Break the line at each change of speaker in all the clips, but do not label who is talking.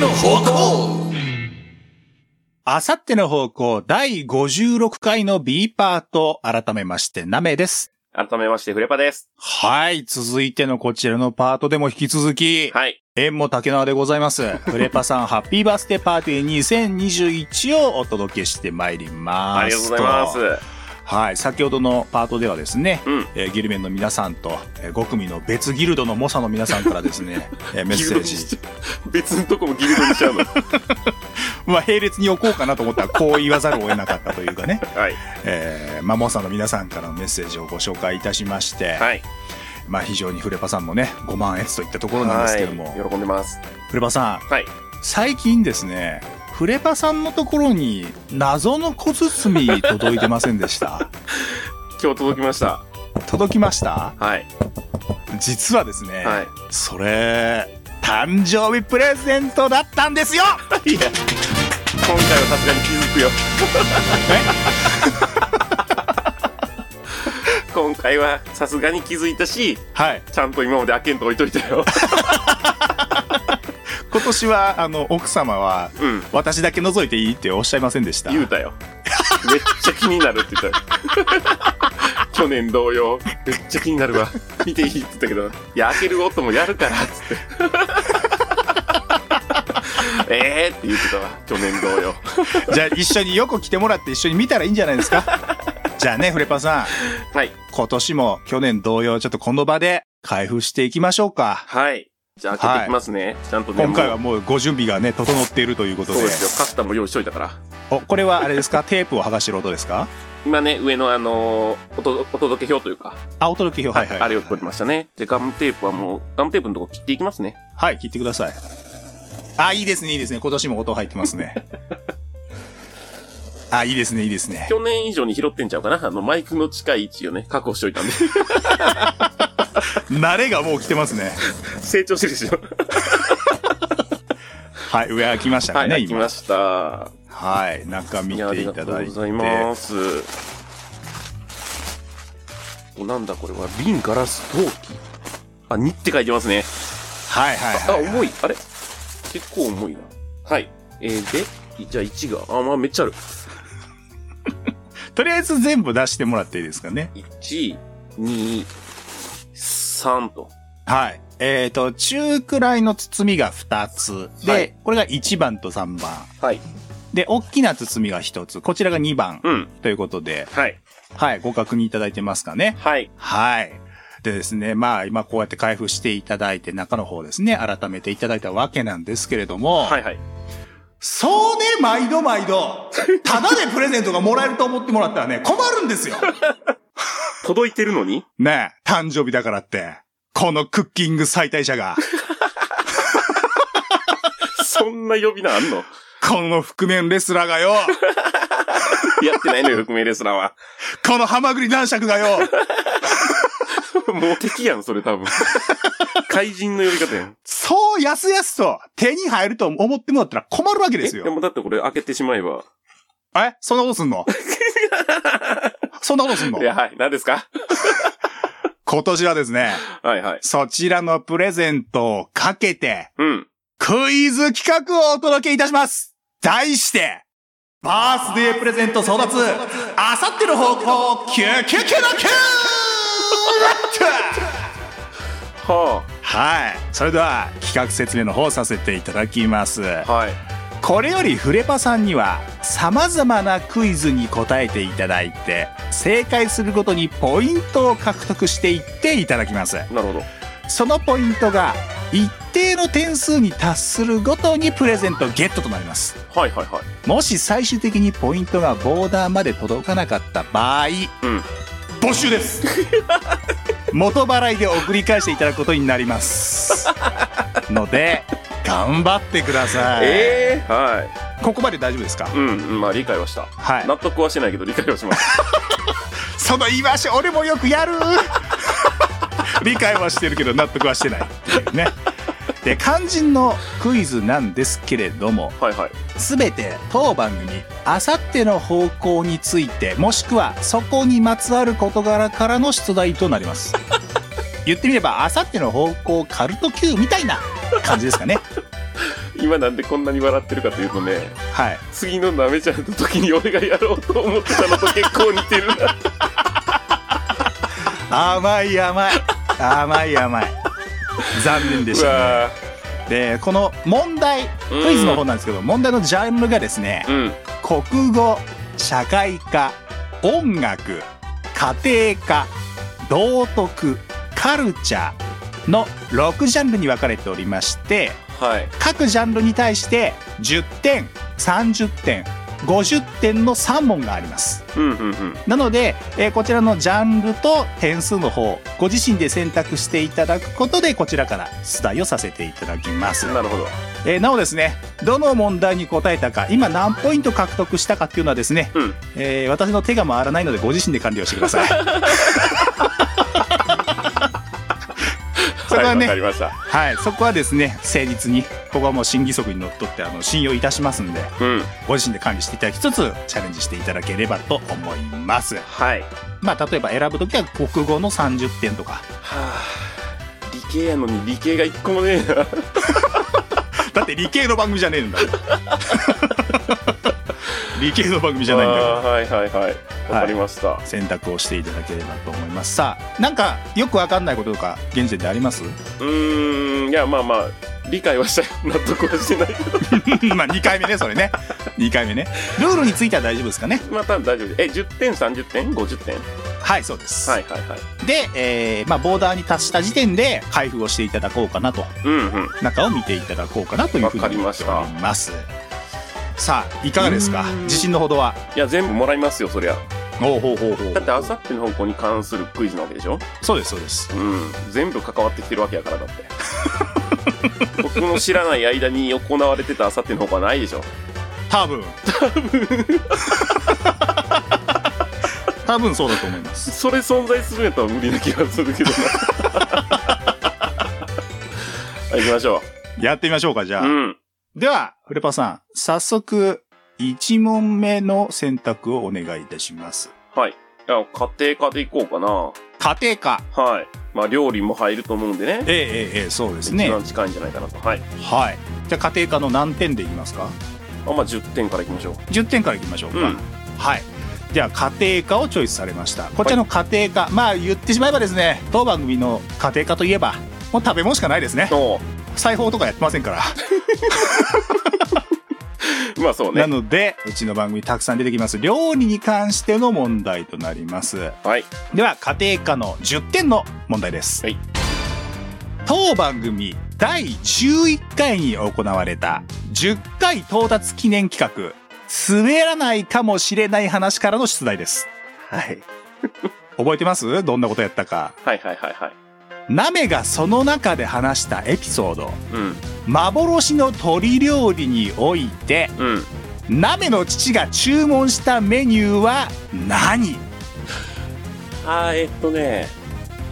方向
あさっての方向第56回の B パート、改めましてナメです。
改めまして、フレパです。
はい、続いてのこちらのパートでも引き続き、
はい。
縁も竹縄でございます。プレパさんハッピーバースデーパーティー2021をお届けしてまいります。
ありがとうございます。。
はい、先ほどのパートではですね、
うん
えーギルメンの皆さんと、え5組の別ギルドの猛者の皆さんからですね、え ーメッセージ。
別のとこもギルドにしちゃうの。
まあ、並列に置こうかなと思ったら、こう言わざるを得なかったというかね、
はい。
えー、まあ、猛者の皆さんからのメッセージをご紹介いたしまして、
はい。
まあ、非常にフレパさんもね、ご満悦といったところなんですけども、
はい喜んでます。
フレパさん、
はい。
最近ですね、フレパさんのところに謎の小包み届いてません でした。
今日届きました。
届きました
はい。
実はですね、
はい。
それ誕生日プレゼントだったんですよ
いや、今回はさすがに気づくよ。 今回はさすがに気づいたし、
はい
ちゃんと今まで開けんと置いといたよ。
今年はあの奥様は
うん。
私だけ覗いていいっておっしゃいませんでした
言うたよ。 めっちゃ気になるって言ったよ。 去年同様、めっちゃ気になるわ。見ていいって言ったけど、いや、開ける音もやるから、つって。 えーって言ってたわ、去年同様。
じゃあ一緒によく来てもらって一緒に見たらいいんじゃないですか じゃあねフレパさん
はい。
今年も去年同様ちょっとこの場で開封していきましょうか
はい。じゃあ開けていきますね。ちゃんとね、
今回は
も
もうご準備がね整っているというこ
うそ
と
う
で
ですよ。カスタム用意しといたから。
おこれはあれですかテープを剥がしてる音ですか
今ね、上のあのーおと、お届け表というか、
あお届け表はいはい
あれを取りましたね。で、ガムテープはもう、ガムテープのとこ切っていきますね。
はい切ってくださいあいいですねいいですね今年も音入ってますねあいいですねいいですね
去年以上に拾ってんちゃうかな。あの、マイクの近い位置をね、確保しといたんで。
慣れがもう来てますね。
成長してるでしょ。
はい、上開きました
は
か
い、
ね、
開き
今。
ました。
はい、中見
いや、あ
て
り
い
が
た
とう
だい
ござい
て
ま。す。お、なんだこれは、瓶ガラス陶器。あ、2って書いてますね。
はいはい
あ、
はい。
重い。あれ結構重いな。はい。えー、で、じゃあ1が、あ、まあめっちゃある。
とりあえず全部出してもらっていいですかね。
1、2、3と。
はい。えっ、と、中くらいの包みが2つ。で、
はい
これが1番と3番。
はい。
で、大きな包みが1つ。こちらが2番。
うん。
ということで、
はい。
はい、ご確認いただいてますかね。
はい。
はい。でですね、まあ、今こうやって開封していただいて、中の方ですね、改めていただいたわけなんですけれども、
はいはい。
そうね、毎度毎度。ただでプレゼントがもらえると思ってもらったらね、困るんで すよ。
届いてるの に
ねえ、誕生日だからって。このクッキング最大者が、
そんな呼び名あんの
この覆面レスラーが よ、
やってないのよ、匿名レスラーは。
このハマグリ男爵がよ、
もう敵やん、それ 多分。怪人の呼び方やん。
そうやすやすと手に入ると思ってもらったら困るわけです
えで
よ。
もだってこれ開けてしまえば。
えそんなことす んのそんなことすんの
いや、はい。何ですか
今年はですね、
はいはい。
そちらのプレゼントをかけて、
うん。
クイズ企画をお届けいたします題して、バースデープレゼント争奪、あさっての方向、キュキュキュのキュ ー
は
はい。それでは、企画説明の方させていただきます。
あ。はい。
これよりフレパさんには、様々なクイズに答えていただいて、正解するごとにポイントを獲得していっていただきます。
なるほど。
そのポイントが、一定の点数に達するごとにプレゼントゲットとなります。
はいはいはい。
もし最終的にポイントがボーダーまで届かなかった場合、
うん
没収です元払いで送り返していただくことになりますので頑張ってください、
ええは
ここまで大丈夫ですか
い。うんうん。まあ理解はした。
はい
納得はしてないけど理解はします。
その言い回し俺もよく やる理解はしてるけど納得はしてないっていうねで肝心のクイズなんですけれども
はいはい。
すべて当番組あさっての方向についてもしくはそこにまつわる事柄からの出題となります 言ってみればあさっての方向カルト Q みたいな感じですかね
い今なんでこんなに笑ってるかというとね、
はい。
次のなめちゃんの時に俺がやろうと思ってたのと結構似てるな。
甘い甘い。甘い甘い。残念でし
う
た、ね。
わ
で、この問題、
うん
クイズの方なんですけど、問題のジャンルがですね
ぁ、うん。
国語、社会科、音楽、家庭科、道徳、カルチャーの6ジャンルに分かれておりまして、
はい。
各ジャンルに対して10点30点50点の3問があります
うんうんうん。
なので、えーこちらのジャンルと点数の方ご自身で選択していただくことでこちらから出題をさせていただきます、
なるほど。
えーなおですねどの問題に答えたか今何ポイント獲得したかっていうのはですね、
うん。
えー私の手が回らないのでご自身で管理をしてください そこはね
い、わかりました。
はいそこはですね誠実にここはもう審議則にのっとってあの信用いたしますんで
うん。
ご自身で管理していただきつつチャレンジしていただければと思います
はい。は
まあ例えば選ぶときは国語の30点とか
ぁ。理系やのに理系が一個もねえな。
だって理系の番組じゃねえ んだ理系の番 組じゃないんだから
あーはいはいはい。わかりました。
選択をしていただければと思いますさあなんかよくわかんないこととか現時点であります
うーん。いや、まあまあ、理解はしたい。納得はしてない けど。
まあ2回目ねそれね2回 目ねルールについては大丈夫ですかね
まあ多分大丈夫です。え、10点、30点 ?50 点
はいそうです、
はいはいはい。
で、えーまあ、ボーダーに達した時点で開封をしていただこうかなと
うんうん。
中を見ていただこうかなというふうに思ってお
わか
りますさあいかがですか
うん
自信のほどはい
や、全部もらいますよ、そりゃ。
おうほうほうほう
だって、あさっての方向に関するクイズなわけでしょ
そうですそうです
うん。全部関わってきてるわけやから、だ って。僕の知らない間に行われてたあさっての方向はないでしょ
多 分多分多分そうだと思います
それ存在するんやったら無理な気がするけど な。はい、行きましょ
やってみましょうかじゃ
う。
あ、
うん。
ではフレパさん早速1問目の選択をお願いいたします
はい。いや家庭科で行こうかな。
家庭科
はい。まあ、料理も入ると思うんでね。
ええええええそうですね
一番近いんじゃないかなと。はい。
はいじゃあ家庭科の何点でいきますか
あ、まあ、10点から行きましょう。
10点からいきましょうか、
うん
はいじゃあ家庭科をチョイスされましたこちらの家庭科、まあ言ってしまえばですね当番組の家庭科といえばもう食べ物しかないですね
おう
裁縫とかやってませんから、
まあ、そう
な
ね。
のでうちの番組にたくさん出てきます料理に関しての問題となります
はい。
では家庭科の10点の問題です、
はい
当番組第11回に行われた10回到達記念企画滑らないかもしれない話からの出題です
はい。
覚えてますどんなことやったか
はいはいはいはい。
ナメがその中で話したエピソード
うん。
幻の鳥料理において
うん。
ナメの父が注文したメニューは何
あー、えっとね。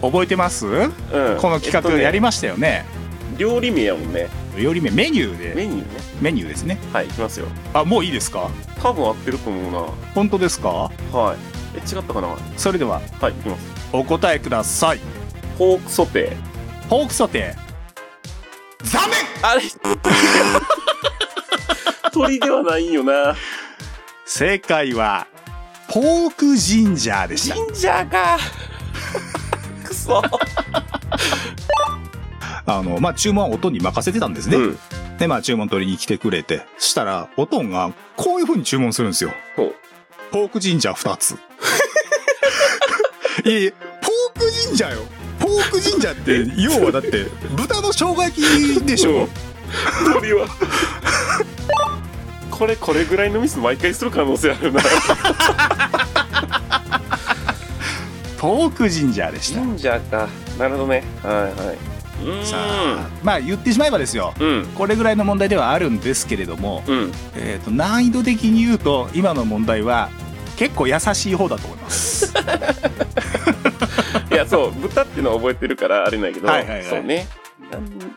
覚えてます
うん。
この企画やりましたよ
え
ね,、
っとね料理名やもんね。
より目メニューで
メニューね。
メニューですね
はい、行きますよ。
あもういいですか
多分合ってると思う
本当ですか
な。はい。え、違ったかなはい、
それでは
行きます。
お答えください
ポークソテー。
ポークソテー残念
あれ 鳥ではないんよな。
正解はポークジンジャーでした
ジンジャーか。 くそ。
あの、まあ、注文はおとんに任せてたんですね。
うん。
で、まあ、注文取りに来てくれて、したら、おとんが、こういう風に注文するんですよ。
ほう。
ポークジンジャー2つ。 いやいや、ポークジンジャーよ。ポークジンジャーって、要はだって、豚の生姜焼きでしょ、
うん鳥は。これ、これぐらいのミス毎回する可能性あるな。
ポークジンジャーでし
ジ
た。
ンジャーか。なるほどね。はいはい。うーん。
さあ、まあ、言ってしまえばですよ。
うん。
これぐらいの問題ではあるんですけれども、
うん。
えっ、と、難易度的に言うと、今の問題は、結構優しい方だと思います。
いや、そう、豚ってのは覚えてるから、あれないけど、
はいはいはい
そうね。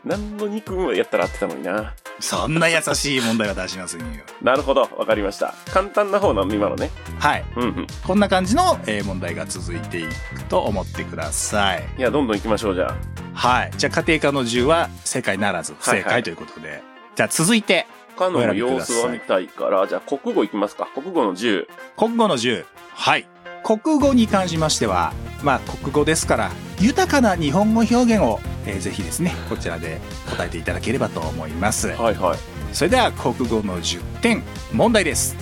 なん、なんの肉もやったら合ってたのにな。
そんな優しい問題は出しませんよ。
なるほど、わかりました。簡単な方なの、今のね。
はい。
うんうん。
こんな感じの、えー問題が続いていくと思ってください。
いや、どんどん行きましょう、じゃあ。
はい。じゃあ、家庭科の10は正解ならず不正
はいはい
解ということで。じゃあ続いて、
他の様子は見たいから、じゃあ国語いきますか。国語の10。
国語の10。はい。国語に関しましては、まあ国語ですから、豊かな日本語表現を、えーぜひですね、こちらで答えていただければと思います。
はいはい。
それでは国語の10点問題です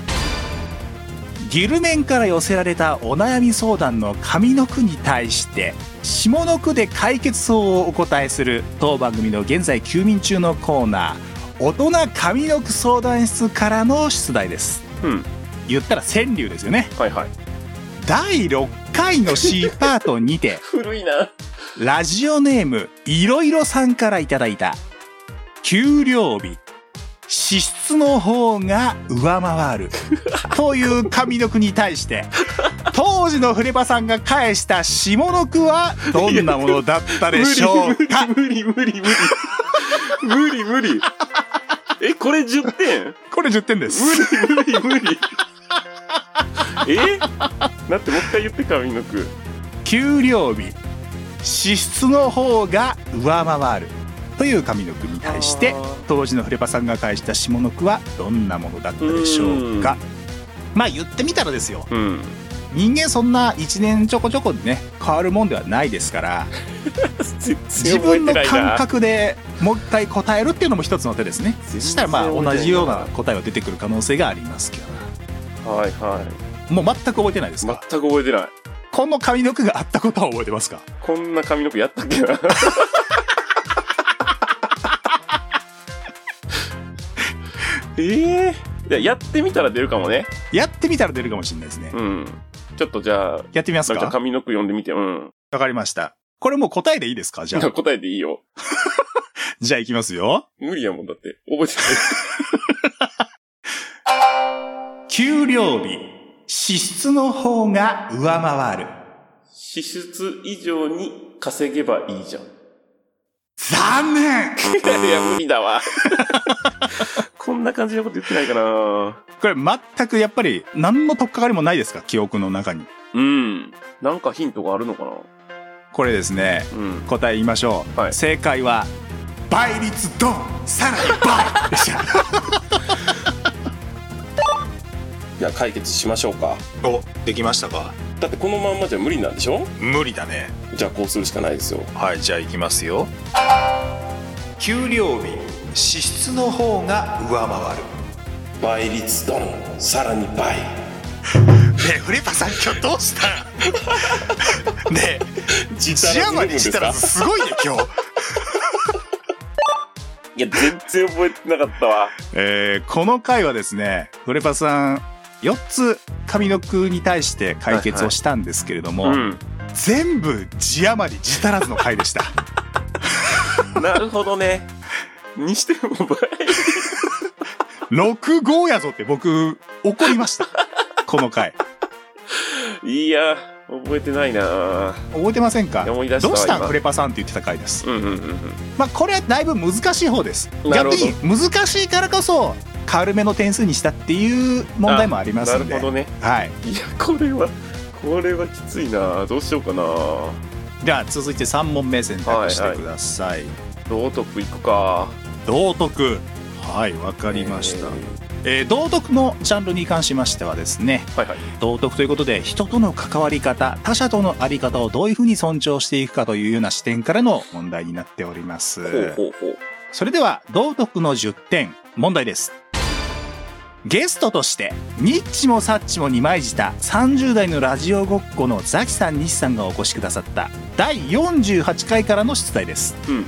ギルメンから寄せられたお悩み相談の上の句に対して下の句で解決法をお答えする当番組の現在休眠中のコーナー大人上の句相談室からの出題です
うん。
言ったら川柳ですよね
はいはい。
第6回の C パートにて
古いな。
ラジオネームいろいろさんからいただいた給料日支出の方が上 回るという上の句に対して当時のフレバさんが返した下の句はどんなものだったでしょうか
無理無理無理無理。無理無理。え、これ10点
これ10点で
無理無理無理。えだってもう一回言って上の句。
給料日支出の方が上回るという上の句に対して
あー
当時のフレパさんが返した下の句はどんなものだったでしょうかまあ言ってみたらですよ
うん。
人間そんな1年ちょこちょこでね変わるもんではないですから
全
自
然覚え
分
て
の
ない
感
な。
覚でもう一回答えるっていうのも一つの手ですねそしたらまあ
全然
同
覚えてないな
じような答えは出てくる可能性がありますけど
はいはい。
もう全く覚えてないです
全
か
く覚えてない。
この上の句があったことは覚えてますか
こんな髪の毛やったっけな ええじゃあやってみたら出るかもね。
やってみたら出るかもしれないですね
うん。ちょっとじゃあ、
やってみます
じゃ
か
あ髪の毛読んでみて。うん。
わかりました。これもう答えでいいですかじゃあ。
答えていいよ。
じゃあいきますよ。
無理やもんだって。覚え
給料日、支出の方が上回る。
てない。支出以上に稼げばいいじゃん。
残念
いや、無理だわ。 こんな感じのこと言ってないかな。
これ全くやっぱり何の取っかかりもないですか記憶の中に。
うん。なんかヒントがあるのかな
これですね、
うん。
答え言いましょう。
はい
正解は、倍率ドンさらに倍でした。
じゃあ解決しましょうか。
お、できましたか
だってこのまんまじゃ無理なんでしょ
無理だね。
じゃあこうするしかないですよ。
はい、じゃあいきますよ。給料日、支出の方が上回る。
倍率ドンさらに倍
ねえフレパさん今日どうした んね
自
え字余りしたらすごいね今日、
いや全然覚えてなかったわ
えーこの回はですねフレパさん4つ上の句に対して解決をしたんですけれど
う
も、
ん
全部字余り字足らずの回でした
なるほどねにしても倍
6号やぞって僕怒りました この回
いや覚えてないな
覚えてませんか
思い出した
どう
わ
したん
今
フレパさんって言ってた回です
うんうんうんうん
まあこれはだいぶ難しい方です
なる
逆
ほど
に難しいからこそ軽めの点数にしたっていう問題もあります
な
の
る
で
ほどね
はい
いやこれはこれはきついなどうしようかな
では続いて3問目選択してください、
道徳行くか
道徳はいわか
あ
りました、えー道徳のジャンルに関しましてはですね
はいはい
道徳ということで人との関わり方他者との在り方をどういうふうに尊重していくかというような視点からの問題になっております
ほうほうほう
それでは道徳の10点問題ですゲストとしてニッチもサッチも二枚舌30代のラジオごっこのザキさん西さんがお越しくださった第48回からの出題です、
うん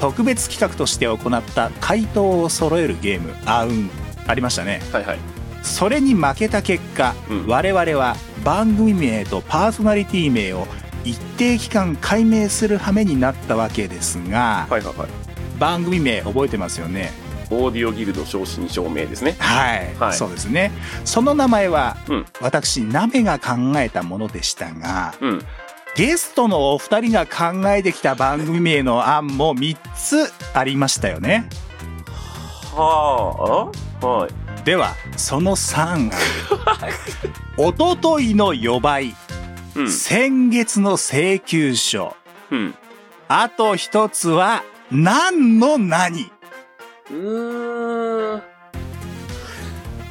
特別企画として行った回答を揃えるゲームあうんありましたね
はいはい
それに負けた結果、
うん
我々は番組名とパーソナリティ名を一定期間解明する羽目になったわけですが、
はいはいはい
番組名覚えてますよね
オーディオギルド昇進証明ですね
はい、
はい
そうですねその名前は、
うん
私ナベが考えたものでしたが
うん
ゲストのお二人が考えてきた番組名の案も3つありましたよね
はあはい
ではその3案 おとといの予売、
うん
先月の請求書
うん
あと一つは何の何
うー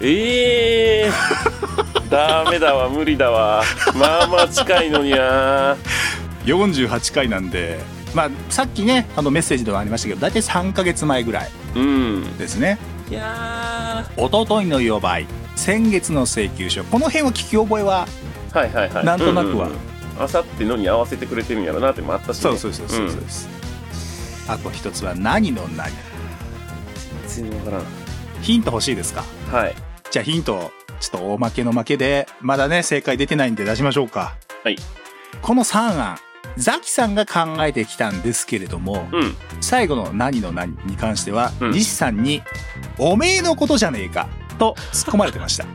ええー、ダメだわ、無理だわ。まあまあ近いのにな。
48回なんで、まあ、さっきねあのメッセージでもありましたけど大体3ヶ月前ぐらい
うん。
ですね
いや
一昨日の予売先月の請求書この辺は聞き覚えは
ー。はいはいはい。
なんとなくは
うんうんうんあさってのに合わせてくれてるんやろなってもあったし、ね。
そうそうそうそうそうです、あと一つは何の何
うん全然わからん。
ヒント欲しいですか
はい。
じゃあヒントをちょっと大負けの負けでまだね正解出てないんで出しましょうか
はい
この3案ザキさんが考えてきたんですけれども、
うん。
最後の「何の何」に関しては、
うん
西さんに「おめえのことじゃねえか」と突っ込まれてました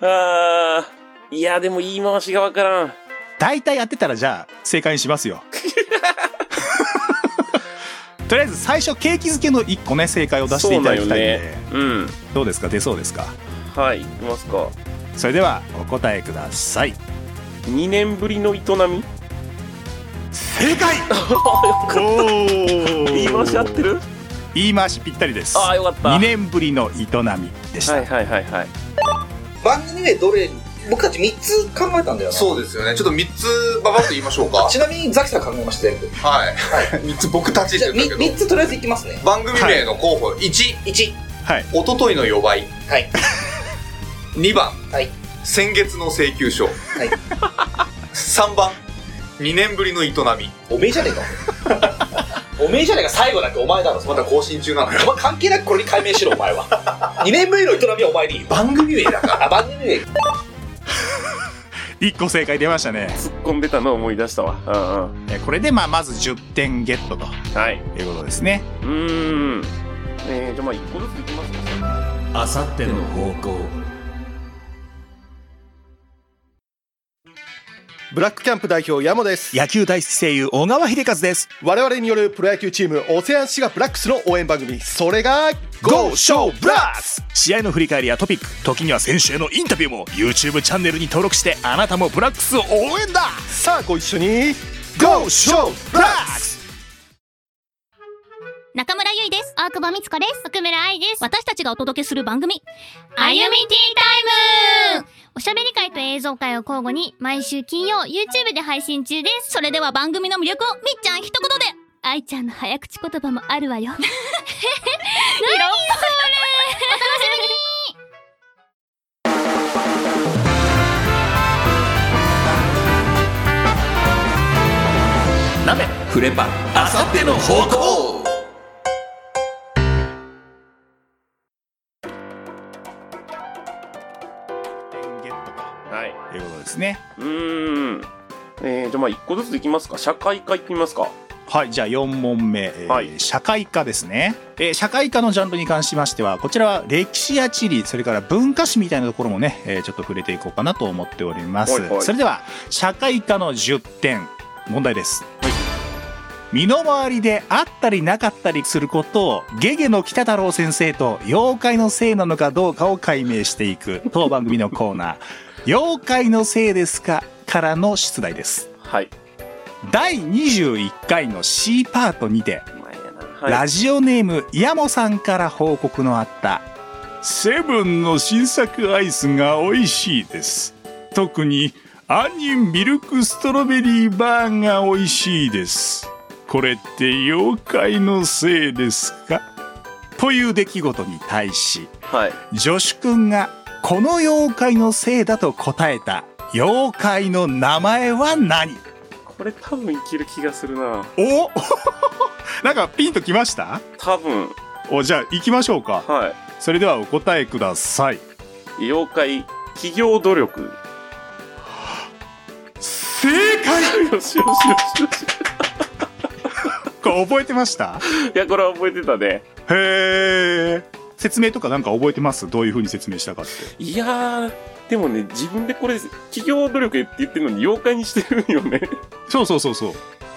あー。いや、でも言い回しがわからん。
大体やってたらじゃあ正解にしますよ とりあえず最初景気づけの1個ね正解を出していただきたいんで
そううん。
どうですか出そうですか
はい、行きますか。
それではお答えください
2年ぶりの営み
正解
言い回し合ってる
言い回しぴったりです
ああ、よかった。
2年ぶりの営みでした、
はいはいはいはい。
番組名どれ僕たち3つ考えたんだよな
そうですよね。ちょっと3つババッと言いましょうか。
ちなみにザキさん考えました全部
はい。3つ僕たちっ
じ
て
ゃあ
言っ
3,
たけ
つとりあえずいきますね
ど。番組名の候補1、
1
はい
おとといの予売。
はい
2番、
はい
先月の請求 書。
い
3番、2年ぶりの営み。
おめえじゃねえか おめえじゃねえか最後なんてお前だろそ
ま
の
た更新中なのよ。
お前関係なくこれに解明しろお前は2 年ぶりの営みはお前でいいよ
番組名だから。
あ番組名
1個正解出ましたね
突っ込んでたのを思い出したわ。うんうん。
えーこれでまあまず10点ゲットと
はい。
いうことですね
うーん。えー、じゃあまあ一個ずついきますか。
あさっての方向
ブラックキャンプ代表ヤモです
野球大好き声優小川秀和です
我々によるプロ野球チームオセアンシガブラックスの応援番組それが
GO SHOW ブラス試合の振り返りやトピック時には選手へのインタビューも YouTube チャンネルに登録してあなたもブラックスを応援だ
さあご一緒に GO SHOW ブラックス
中村ゆいです。大久保みつこです。奥村愛です。私たちがお届けする番組、あゆみティータイムおしゃべり会と映像会を交互に毎週金曜 YouTube で配信中です。それでは番組の魅力をみっちゃん一言で愛ちゃんの早口言葉もあ るわよ。何それお楽しみに
鍋フレパあさっての方向
点ゲット
はい。
ということですね
うーん。えー、じゃあまあ一個ずついきますか。社会科いってみますか。
はいじゃあ4問目、えー
はい
社会科ですね、えー社会科のジャンルに関しましてはこちらは歴史や地理それから文化史みたいなところもね、えーちょっと触れていこうかなと思っております、
はいはい
それでは社会科の10点問題です、身の回りであったりなかったりすることをゲゲの北太郎先生と妖怪のせいなのかどうかを解明していく当番組のコーナー「妖怪のせいですか?」からの出題です
はい。
第21回の C パートにて、
前やな。はい。
ラジオネームヤモさんから報告のあったセブンの新作アイスが美味しいです特に杏仁ミルクストロベリーバーが美味しいですこれって妖怪のせいですかという出来事に対し
はい。
女子くんがこの妖怪のせいだと答えた妖怪の名前は何
これ多分いける気がするな。
お なんかピンときました
多分。
おじゃあ行きましょうか
は
それではお答えください
い。妖怪、企業努力。
正
よしよしよしよし。
解覚えてました
いや、これは覚えてたね。
へえ説明とかなんか覚えてますどういうふうに説明したかって
いやー、でもね、自分でこれ、企業努力って言ってるのに妖怪にしてるんよね。
そうそうそうそう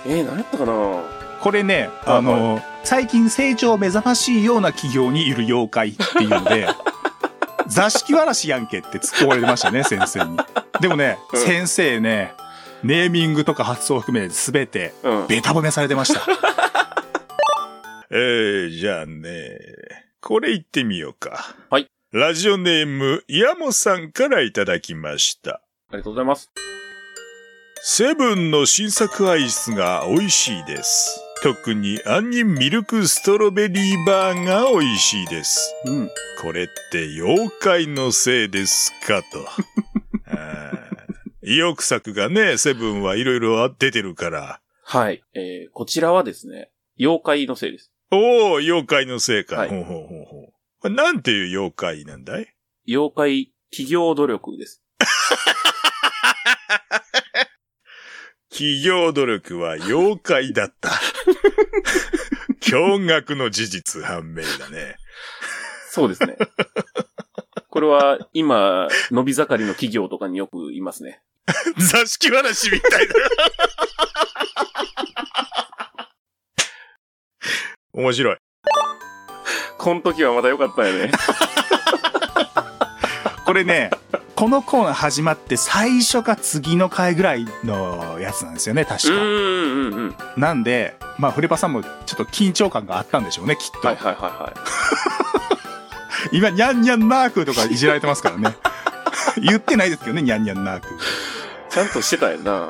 えー、何やったかな
これねあの、最近成長目覚ましいような企業にいる妖怪っていうの で座敷わらしやんけって突っ込まれてましたね先生にでもね、
うん
先生ねネーミングとか発想を含め全て
うん。
ベタ褒めされてました。えー、じゃあね、
これ言ってみようか。
はい。
ラジオネーム、ヤモさんからいただきました。
ありがとうございます。
セブンの新作アイスが美味しいです。特に杏仁ミルクストロベリーバーが美味しいです。
うん。
これって妖怪のせいですかと。 あー意欲作がね、セブンはいろいろ出てるから。
はい。えー、こちらはですね、妖怪のせいです。
おお、妖怪のせいか。
はい
ほうほうほうほうこれなんていう妖怪なんだい
妖怪企業努力です。
企業努力は妖怪だ った。驚愕の事実判明だね。
そうですね。 これは今、伸び盛りの企業とかによくいますね。
座敷話みたいだ。面白い。
この時はまた良かったよ ね。
これね、このコーナー始まって最初か次の回ぐらいのやつなんですよね、
う
確か。
んうんうんうん。
なんで、まあ、フレパさんもちょっと緊張感があったんでしょうね、きっと。
はいはいはいはい。
今、ニャンニャンナークとかいじられてますか らね。言ってないですけどね、ニャンニャンナーク。
ちゃんとしてたよ な。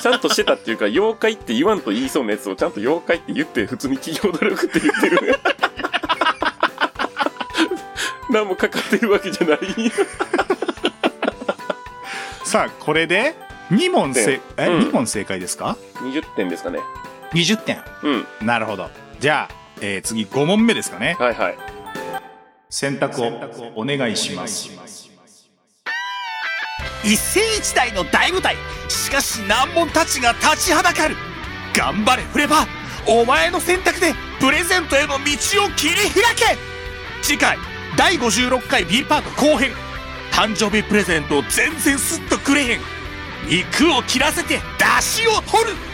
ちゃんとしてたっていうか、妖怪って言わんと言いそうなやつをちゃんと妖怪って言って、普通に企業努力って言って る。何もかかってるわけじゃ ない。
さあ、これで、2問正、え、
うん
2問正解ですか
20点ですかね。
?20 点。
うん。
なるほど。じゃあ、えー次5問目ですかね。
はいはい。
選択をお願いします。
一世一代の大舞台しかし難問たちが立ちはだかる頑張れフレバお前の選択でプレゼントへの道を切り開け次回第56回 B パート後編誕生日プレゼントを全然すっとくれへん肉を切らせて出汁を取る